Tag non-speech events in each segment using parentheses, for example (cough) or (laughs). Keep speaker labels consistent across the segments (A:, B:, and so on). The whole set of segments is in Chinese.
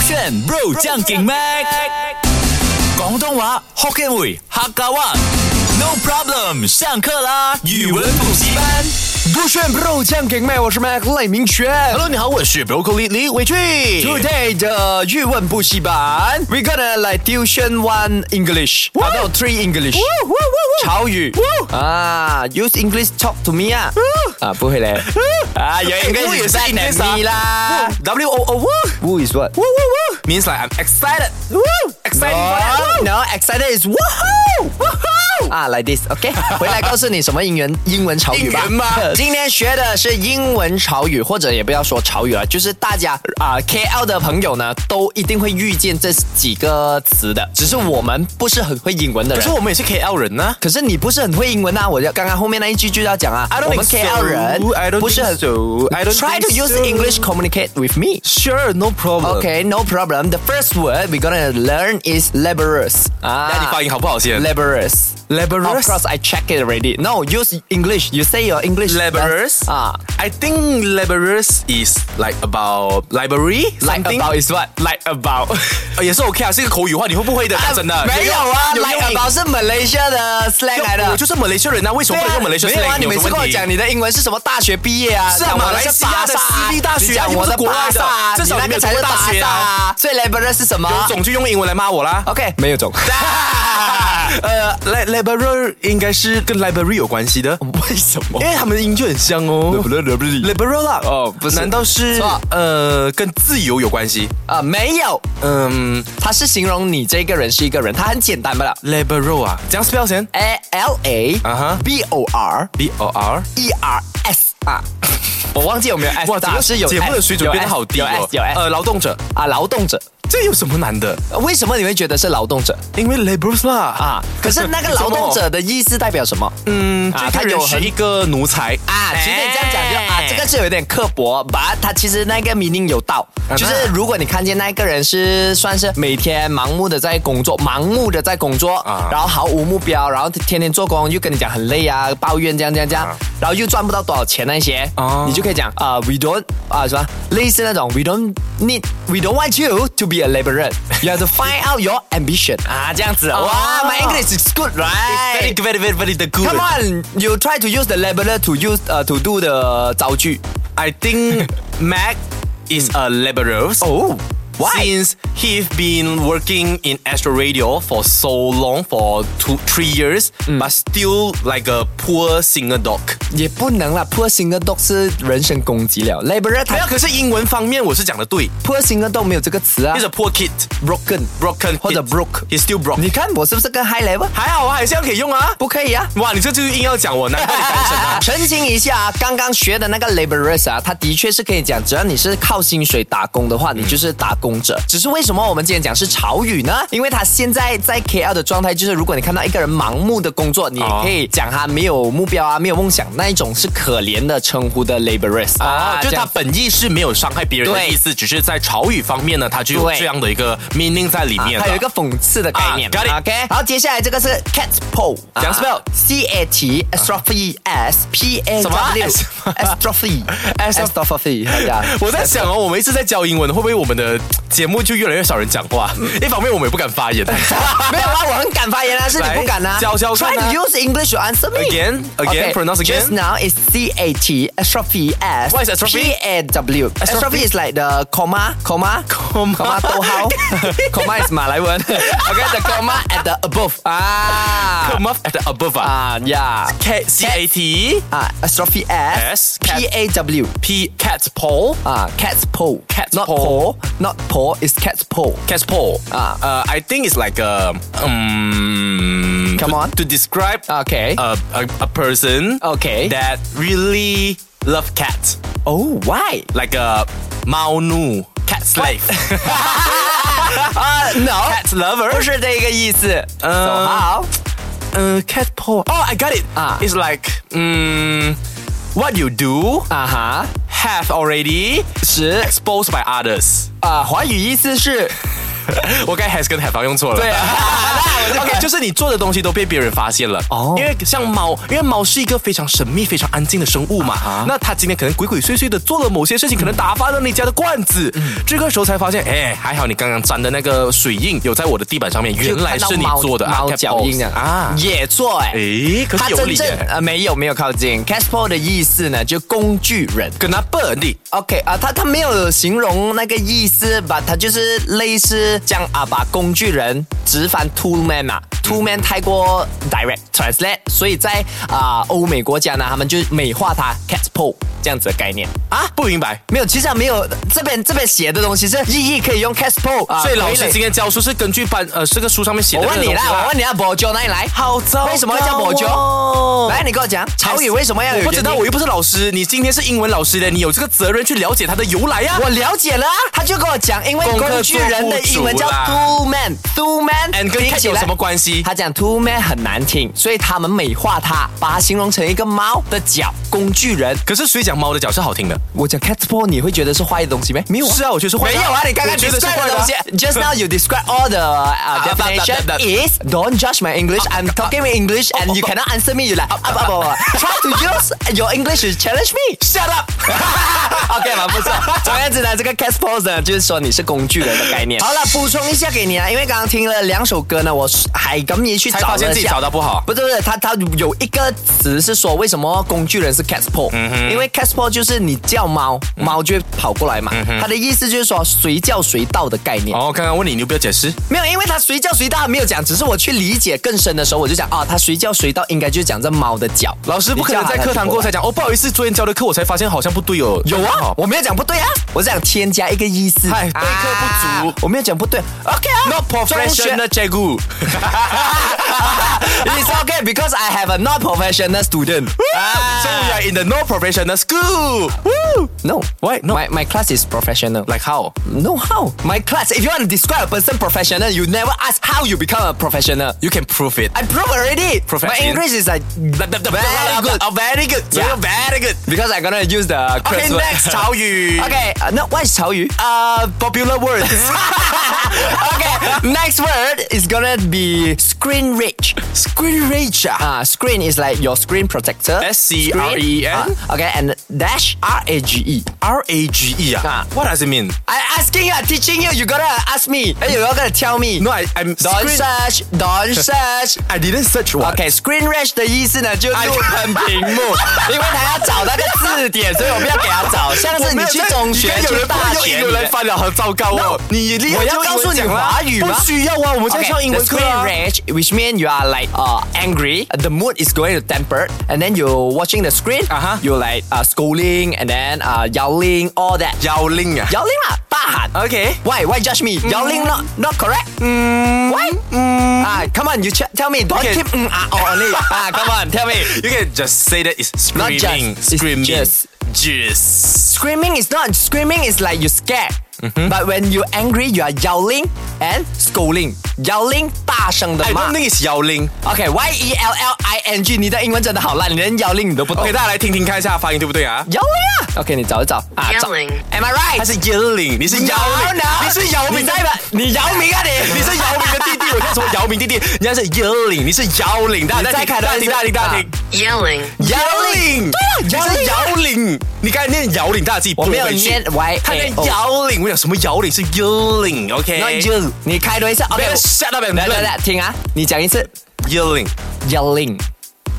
A: 选 Bro 将劲 Mac，广东话 Hokkien 语客家话。No problem，上课啦！语文补习班。
B: 酷炫 Pro 酱给麦，我是 Mac 赖明轩。
A: Hello，你好，我是 Broccoli 李伟俊。
B: Today 的日文补习班，We gonna 来 tuition one English，啊 no three English，潮语啊，use English talk to me 啊，啊不会嘞，啊有
A: 我
B: English
A: 也
B: is
A: 是
B: back at
A: English 啊
B: me 啦
A: W O O
B: ，Who is what？
A: means like I'm excited. Excited for that.
B: No, no, excited is woohoo, woohoo 啊，like
A: (laughs)
B: this，OK、回来告诉你什么英文英文潮语吧。
A: 英文吗
B: (laughs) 今天学的是英文潮语，或者也不要说潮语了，就是大家啊、KL 的朋友呢，都一定会遇见这几个词的，只是我们不是很会英文的
A: 可
B: 人
A: 是。我们也是 KL 人呢、
B: 可是你不是很会英文啊！我要刚刚后面那一句就要讲啊
A: I don't
B: 我们
A: think so.
B: KL 人
A: I don't
B: 不是很
A: think so. I don't
B: try to
A: think
B: use
A: so.
B: English communicate with me。
A: Sure, no problem.
B: Okay, no problem. The first word we're gonna learn is laborers.
A: 那你发音好不好先
B: Laborers. Of
A: Ah. Laborers.
B: course, I check it already. No, use English. You say your English.
A: Laborers.
B: Ah,
A: I think laborers is like about library.
B: like
A: something. Oh,
B: about is what?
A: like (laughs) about Ah，呃也是 OK 啊，是一个口语话，你会不会的？讲真的，
B: 没有啊，like
A: 用
B: about 是 Malaysia 的 slang 哎来
A: 我
B: 的。
A: 就是马来西亚人啊，为什么不能用马来西亚
B: 没有啊！
A: slang？
B: 你每
A: 有什
B: 次跟
A: 么
B: 我
A: 问题
B: 讲你的英文是什么大学毕业啊？
A: 是啊
B: 讲我的
A: 马来西亚
B: 巴萨啊
A: 的私立大学啊
B: 你讲
A: 你不
B: 我
A: 是
B: 的
A: 国
B: 巴
A: 外的
B: 萨啊，
A: 至少
B: 你那
A: 你没
B: 个
A: 有
B: 才是
A: 读过大
B: 巴
A: 学
B: 萨
A: 啊
B: 啊。所以 laborers 是什么
A: 有种就用英文来骂我啦。
B: ？OK，没有种。
A: (laughs) 呃，li-，liberal 应该是跟 library 有关系的，
B: 为什么
A: 因为他们的音就很像哦。liberal 啦，哦，
B: 不是
A: 难道是
B: 错
A: 呃跟自由有关系？
B: 啊？没有，
A: 嗯
B: 它是形容你这个人是一个人，它很简单罢了。
A: ，liberal 啊，这样 spell 先
B: A L A
A: 啊哈
B: B O R
A: ，B O R。
B: E R S 啊， (laughs) 我忘记有没有 S
A: 哇，这
B: 啊
A: 个
B: 是有
A: 节目的水准
B: S，
A: 变得好低
B: 有 S
A: 哦。
B: 有 S
A: 呃，劳动者，
B: 啊，劳动者。
A: 这有什么难的？
B: 为什么你会觉得是劳动者
A: 因为 laborers 啦
B: 啊
A: 啊？，
B: 可是那个劳动者的意思代表什么？嗯，
A: 啊，
B: 啊，
A: 他
B: 他有
A: 有是
B: 很
A: 一个奴才哎
B: 啊，其实你这样讲就啊，这个是有点刻薄，把它其实那个 meaning 有道，
A: 啊
B: 就是
A: 那
B: 如果你看见那个人是算是每天盲目的在工作，盲目的在工作，
A: 啊
B: 然后毫无目标，然后天天做工，又跟你讲很累啊，抱怨这样这样这样，然后又赚不到多少钱那些，
A: 哦
B: 你就可以讲啊、w e don't 啊、什么类似那种 we don't need we don't want you to be a laborer, you have to find out your ambition 啊这样子，哇，my English is good
A: very
B: right？
A: very very very the good
B: Come on, you try to use the labeler to use 呃、to do 的造句。
A: I think Mac is a laborer
B: Oh,
A: Since he's been working in Astro Radio for so long, for two, three years,
B: Mm.
A: but still like a poor singer dog.
B: 也不能啦，poor single dog 是人身攻击了，labeler
A: 没有，
B: 它
A: 哎可是英文方面我是讲的对
B: poor single dog 没有这个词啊
A: ，he's。a poor kid,
B: broken
A: broken，
B: 或者
A: kid.
B: broke
A: he's still broke。
B: 你看我是不是更 high level？
A: 还好啊，还是要可以用啊。
B: 不可以啊。。
A: 哇，你这就是硬要讲我，难怪你单身 (laughs) 啊
B: (laughs) 澄清一下啊，刚刚学的那个 laborers 啊，它的确是可以讲，只要你是靠薪水打工的话，你就是打工者。只是为什么我们今天讲是潮语呢？因为他现在在 KL 的状态就是，如果你看到一个人盲目的工作，你也
A: 哦
B: 可以讲他没有目标啊，没有梦想，那一种是可怜的称呼的 laborers
A: 啊，就
B: 这
A: 他
B: 样子
A: 本意是没有伤害别人的
B: 对
A: 意思，只是在潮语方面呢，他就有
B: 对
A: 这样的一个 meaning 在里面了。
B: 啊它有一个讽刺的概念。
A: 啊，got it 啊
B: OK，好，接下来这个是 catpole，
A: 怎样 spell？
B: C A T astrophy S P A
A: 什么
B: W
A: S-
B: astrophy astrophy，哎呀。
A: 我在想哦，我们一直在教英文，会不会我们的节目就越来越少人讲话？一方面我们也不敢发言。
B: 没有啊，我很敢发言啊，是你
A: 来
B: 不敢啊。
A: 教教看
B: Try
A: 啊
B: to use English to answer me.
A: Again, again,
B: Okay,
A: pronounce
B: Just
A: again.
B: now is C A T apostrophe S.
A: What is apostrophe?
B: P A W. Apostrophe is like the comma, comma,
A: Comma.
B: comma 逗
A: (laughs)
B: 号，comma is (laughs) 马来文。Okay, the comma at the above 啊
A: Come up at the above 啊
B: 啊呀
A: ，cat c a t
B: 啊，apostrophe S
A: S, cat.
B: P A W
A: p cat paw
B: 啊，cat's paw.
A: Cat's
B: not
A: paw.
B: paw, not paw is cat's paw.
A: cat paw
B: 啊
A: 啊，呃，I think it's like a um
B: Come on. Uh,
A: to to describe
B: Okay.
A: a a a person
B: Okay.
A: that really love cat
B: Oh, why?
A: like a 猫奴 cat
B: (laughs)
A: slave Uh,
B: 啊，no.
A: cat lover
B: 不是这个意思。
A: 嗯
B: 走好，
A: uh, cat paw. Oh, I got it.
B: Ah.
A: It's like, mm, what you do uh-huh.
B: 啊哈，
A: have already
B: 十呃
A: exposed by others. (laughs)
B: 啊，华语意思是
A: 我刚才 has 跟海防用错了。
B: 对啊
A: (laughs) OK，就是你做的东西都被别人发现了。哦，
B: 哦
A: 因为像猫，因为猫是一个非常神秘、非常安静的生物
B: 啊
A: 嘛。那它今天可能鬼鬼祟祟的做了某些事情，可能打翻了你家的罐子。
B: 嗯
A: 这个时候才发现，哎，还好你刚刚沾的那个水印有在我的地板上面，原来是你做的啊
B: 猫
A: cat
B: 脚印
A: balls
B: 啊，
A: 啊。
B: 也做哎、
A: 诶，可
B: 他
A: 是有
B: 真
A: 理
B: 正
A: 耶。
B: 呃没有没有靠近 Casper 的意思呢，就工具人。
A: 跟他笨的，
B: OK 啊、他他没有形容那个意思吧，他就是类似这样啊，把工具人直翻 two man 嘛、two man 太过 direct translate，所以在啊、欧美国家呢，他们就美化它 cat pole 这样子的概念啊。
A: 不明白。
B: 没有，其实啊没有这边这边写的东西是意义可以用 cat pole，、啊
A: 所以老
B: 傀儡
A: 师今天教书是根据班呃这个书上面写的
B: 我
A: 那个
B: 问
A: 东西
B: 你
A: 啦。
B: 啦，我问你啦，博九哪里来？
A: 好糟糕哦
B: 为什么叫博九？来，你跟我讲，潮语为什么 (laughs) 要有
A: 我
B: 原因？
A: 不知道，我又不是老师。你今天是英文老师的，你有这个责任去了解它的由来呀、
B: 我了解了啊，他就跟我讲，因为
A: 功课
B: 工具人的英文叫
A: 做不足啦
B: two man，two man，
A: And 跟
B: 听
A: cat
B: 起来
A: 有什么关系？
B: 他讲 two man 很难听，所以他们美化它，把它形容成一个猫的脚，工具人。
A: 可是谁讲猫的脚是好听的？
B: 我讲 cat paw，你会觉得是坏的东西没？没有
A: 是啊我觉得是坏的啊
B: 没有啊，你刚刚
A: 我觉得是
B: describe
A: 坏
B: 的
A: 的
B: 东
A: 啊
B: 西，just now you describe all the uh,
A: 啊
B: definition
A: 啊啊啊啊
B: is don't judge my English. I'm talking in English
A: (laughs)
B: and you cannot answer me. You like up up up up. Try to use your English to challenge me.
A: Shut up！
B: OK，蛮不错。总而言之呢，这个 cast pose 呢，就是说你是工具人的概念。好了，补充一下给你啊，因为刚刚听了两首歌呢，我还敢也去
A: 才
B: 找
A: 发现
B: 了
A: 自
B: 一
A: 己
B: 下
A: 找。到不好。
B: 不是不是，他他有一个词是说为什么工具人是 cat paw，、因为 cat paw 就是你叫猫，猫就会跑过来嘛。他的意思就是说谁叫谁到的概念。
A: 哦，刚刚问你，你又不要解释。
B: 没有，因为他随叫随到他没有讲，只是我去理解更深的时候，我就讲啊，他随叫随到应该就是讲这猫的脚。
A: 老师不可能在课堂过后才讲哦，不好意思，昨天教的课我才发现好像不对哦。
B: 有啊，我没有讲不对啊，我是想添加一个意思。
A: 嗨备课不足
B: 啊我没有讲不对。OK 啊
A: Not
B: 中学
A: professional jagu，
B: It's okay because I have a not professional student. Ah, 啊
A: so we are in the no professional school. Woo!
B: No,
A: Why? No.
B: My my class is professional.
A: Like how?
B: no how. My class. If you want to describe a person professional, you never ask how you become a professional.
A: You can prove it.
B: I prove already. My
A: Profession.
B: English is like very
A: Very
B: good.
A: Oh, very good.
B: Yeah.
A: You're very good.
B: because I'm gonna use the
A: Okay,
B: curse word.
A: next 潮 (laughs) 语。
B: (laughs) Okay, uh, no, what is 潮语？
A: Uh, popular words.
B: okay, next word is gonna be screen rage.
A: Screen rage 啊。
B: Ah, screen is like your screen protector.
A: S-C-R-E-N?
B: Screen. Ah, okay, and dash R A G E.
A: E R A G E
B: Ah.
A: ah. What does it mean?
B: I asking you, I teaching you. You gotta ask me. and You gotta tell me.
A: No, I, I'm
B: Don't
A: screen-
B: search, don't search.
A: I didn't search one.
B: OK, screen r a s h 的意思呢，就是
A: I-
B: 入喷屏幕， (laughs) 因为他要找那个字典，所以我们要给他找。像是你去中学、
A: 你看有
B: 去
A: 人
B: 大
A: 用
B: 学
A: 英，文来翻了，好糟糕哦
B: No，！
A: 你厉害
B: 我
A: 就
B: 要告诉你
A: 英文讲啦
B: 华语吗
A: 不需要啊，我们在
B: Okay,
A: 上英
B: the
A: 文课
B: screen
A: 啊。
B: rage, which means you are like uh angry, the mood is going to temper, and then you watching the screen,
A: Uh-huh.
B: you like uh scolding and then uh yelling, all that.
A: 幺零啊，
B: yelling 啦，大喊。
A: OK
B: Why? Why judge me?
A: Mm.
B: Yelling not not correct. Why? Ah, come on, you ch- tell me. Don't
A: Okay.
B: keep (laughs) mm ah oh only. Ah, come on, tell me.
A: (laughs) You can just say that it's
B: Not just,
A: screaming,
B: it's
A: screaming,
B: just.
A: just.
B: Screaming is not screaming is like you scared.
A: Mm-hmm.
B: But when you angry, you are yelling and scolding. Yelling 大声的
A: I
B: 骂
A: don't。think it's 幺零。
B: OK, Y E L L I N G，你的英文真的好烂，你连 yelling 你都不懂。
A: OK，大家来听听看一下发音对不对啊？
B: yelling 啊？OK，你找一找啊找
C: Yelling
B: Am I
A: 它
B: right？
A: 是幺零，你是幺零
B: No,，no
A: 你是姚明
B: 你在吧？你姚明啊你？
A: 你是姚明的弟弟，我叫什么姚明弟弟？人家是幺零，你是幺零，大家
B: 你再
A: 在听，
B: 开头
A: 大家听，大家听，大家听。
C: Yelling.
A: 摇领，
B: 对啊
A: 你是
B: 摇
A: 摇领，你刚才念摇领，大家自己
B: 我
A: 我
B: 没有念 Y E
A: 他
B: A
A: 念
B: O
A: 摇领，我讲什么摇领是幽灵 o k
B: Not you，你开多一次。
A: 不
B: OK，
A: 要
B: 我
A: shut up and
B: 来来
A: learn
B: 来，听啊，你讲一次
A: 幽灵，
B: yelling。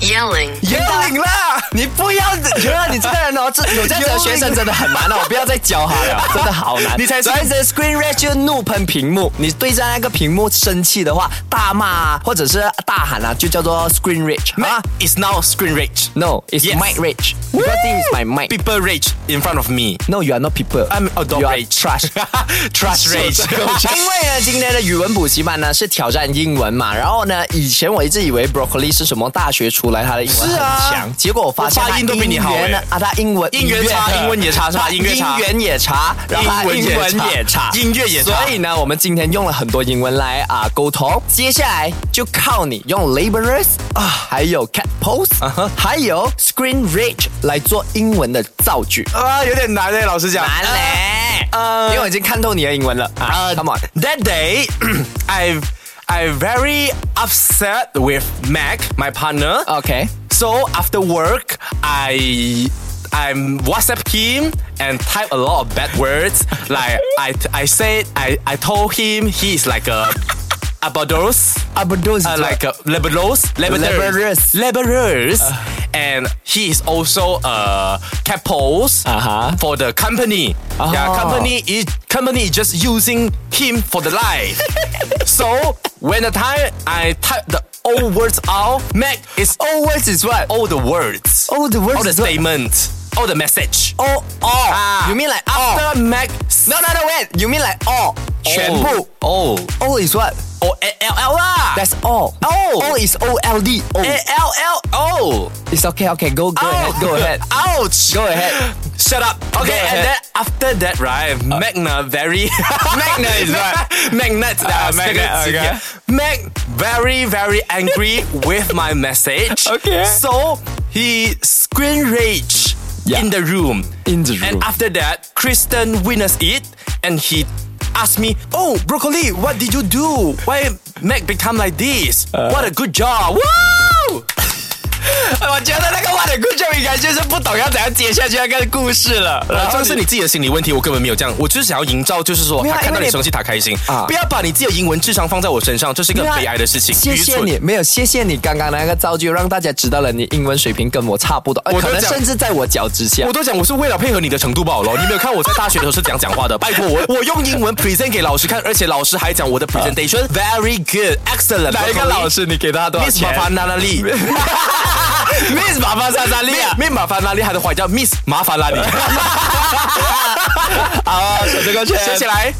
C: Yelling.
A: 幽灵啦！
B: 你不要，觉得你这个人哦，这有这样子的学生真的很难哦，我不要再教他了，真的好难。
A: 你才是
B: 所以这 screen rage 就是怒喷屏幕，你对着那个屏幕生气的话，大骂啊，或者是大喊啊，就叫做 screen rage
A: 啊
B: 啊。
A: ，It's now screen rage.
B: No, it's
A: Yes.
B: mic rage. Because this is my mic.
A: People rage in front of me. (laughs)
B: No, you are not people.
A: I'm a dog
B: You are
A: rage.
B: trash. (laughs)
A: Trash rage.
B: 因为呢，今天的语文补习班呢是挑战英文嘛，然后呢，以前我一直以为 broccoli 是什么大学出来，他的英文
A: 是
B: 很
A: 啊
B: 强，结果我发现
A: 我发音都比你好
B: 他英文呢
A: 欸
B: 啊，他英文
A: 音乐差英文也差是吧
B: 他
A: 音乐差
B: 英文也差，然后他英
A: (laughs) 英文也差
B: 文也差，
A: 音乐也差
B: 所以呢，我们今天用了很多英文来啊沟通，接下来就靠你用 laborers 啊，还有 cat pose，、还
A: 啊
B: 有 screen rage 来做英文的造句，
A: 啊，有点难嘞，老实讲。
B: 完嘞。
A: 呃
B: 因为我已经看透你的英文了啊
A: 呃
B: ，Come on。
A: That day, (clears throat) I I very upset with Mac, my partner.
B: Okay.
A: So after work, I I WhatsApp him and type a lot of bad words. like I I said I I told him he is like a abados.
B: Abdul's
A: Uh, like uh, laborers, laborers,
B: Laborers.
A: laborers,
B: Uh.
A: and he is also uh capos
B: Uh-huh.
A: for the company.
B: Oh.
A: Yeah, company is company is just using him for the
B: (laughs)
A: life. so when the time I type the old words out, Mac is
B: all words is what?
A: all the words,
B: All Oh, the
A: all
B: words
A: the
B: is what?
A: statement, all the message. Ah.
B: All all. You mean like all?
A: After Mac,
B: No no no wait. You mean like
A: Oh.
B: all? 全部。
A: 哦
B: All is what?
A: 哦 L L 啦
B: That's all.
A: All.
B: All is O L D.
A: A
B: All.
A: L L O。
B: It's okay. Okay. Go go ahead. Go ahead.
A: Ouch.
B: Go ahead.
A: Shut up. Oh. (laughs) Okay,
B: Oh! Go
A: and
B: ahead.
A: then after that, right? Magna very
B: (laughs) Magna is what?
A: (laughs) magnet.
B: Ah,
A: Uh,
B: magnet, okay.
A: Mag very very angry
B: (laughs)
A: with my message.
B: Okay.
A: So he screen rage
B: Yeah.
A: in the room.
B: In the room.
A: And after that, Kristen witnessed it, and he. asked me, oh broccoli, what did you do? Why Mac become like this?
B: Uh.
A: what a good job! Woo!
B: (laughs) 我觉得那个 What a good job 应该就是不懂要怎样接下去那个故事了。然
A: 呃，
B: 后
A: 这是你自己的心理问题，我根本没有这样，我就是想要营造，就是说
B: 没有啊
A: 他看到
B: 因
A: 你
B: 为你
A: 生气，他开心
B: 啊
A: 不要把你自己的英文智商放在我身上，这是一个
B: 对啊
A: 悲哀的事情，
B: 谢
A: 愚
B: 谢
A: 蠢
B: 你，。没有谢谢你刚刚那个造句，让大家知道了你英文水平跟我差不多，呃
A: 我都
B: 可能
A: 讲
B: 甚至在我脚之下
A: 我。都讲我是为了配合你的程度报了，你没有看我在大学的时候是怎样讲话的？拜托我，我用英文 present 给老师看，而且老师还讲我的 presentation very good excellent。
B: 哪一个老师你给他多少
A: ？Miss
B: 钱
A: 巴巴纳拉利 (laughs)
B: ？Miss 爸爸莎莎莉啊！
A: ，Miss 马凡拉利， (laughs) 他的话叫 Miss 麻烦拉利。啊
B: 好，走这个圈，
A: 接下来